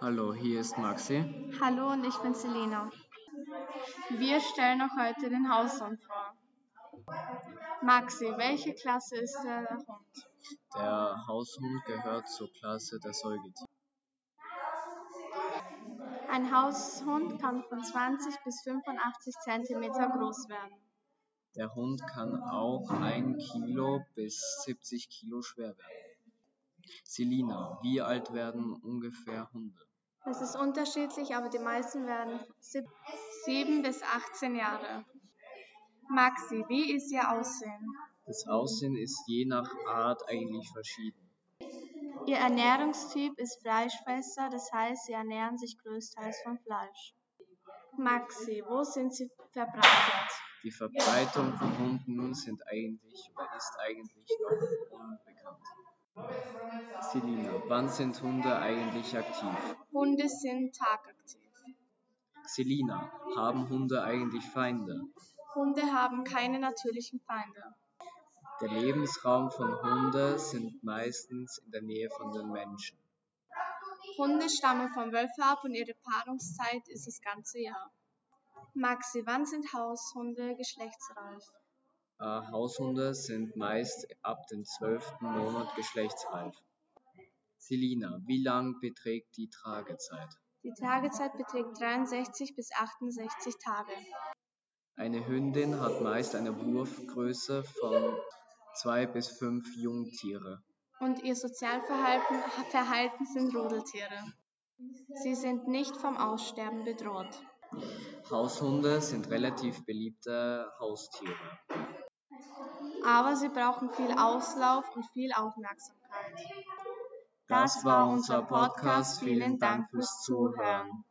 Hallo, hier ist Maxi. Hallo und ich bin Selena. Wir stellen auch heute den Haushund vor. Maxi, welche Klasse ist der Hund? Der Haushund gehört zur Klasse der Säugetiere. Ein Haushund kann von 20 bis 85 cm groß werden. Der Hund kann auch 1 Kilo bis 70 Kilo schwer werden. Selina, wie alt werden ungefähr Hunde? Es ist unterschiedlich, aber die meisten werden 7 bis 18 Jahre. Maxi, wie ist Ihr Aussehen? Das Aussehen ist je nach Art eigentlich verschieden. Ihr Ernährungstyp ist Fleischfresser, das heißt, Sie ernähren sich größtenteils von Fleisch. Maxi, wo sind Sie verbreitet? Die Verbreitung von Hunden sind eigentlich oder ist eigentlich noch unbekannt. Selina, wann sind Hunde eigentlich aktiv? Hunde sind tagaktiv. Selina, haben Hunde eigentlich Feinde? Hunde haben keine natürlichen Feinde. Der Lebensraum von Hunden sind meistens in der Nähe von den Menschen. Hunde stammen von Wölfen ab und ihre Paarungszeit ist das ganze Jahr. Maxi, wann sind Haushunde geschlechtsreif? Äh, Haushunde sind meist ab dem 12. Monat geschlechtsreif. Selina, wie lang beträgt die Tragezeit? Die Tragezeit beträgt 63 bis 68 Tage. Eine Hündin hat meist eine Wurfgröße von zwei bis fünf Jungtiere. Und ihr Sozialverhalten Verhalten sind Rudeltiere. Sie sind nicht vom Aussterben bedroht. Haushunde sind relativ beliebte Haustiere. Aber sie brauchen viel Auslauf und viel Aufmerksamkeit. Das war unser Podcast. Vielen Dank fürs Zuhören.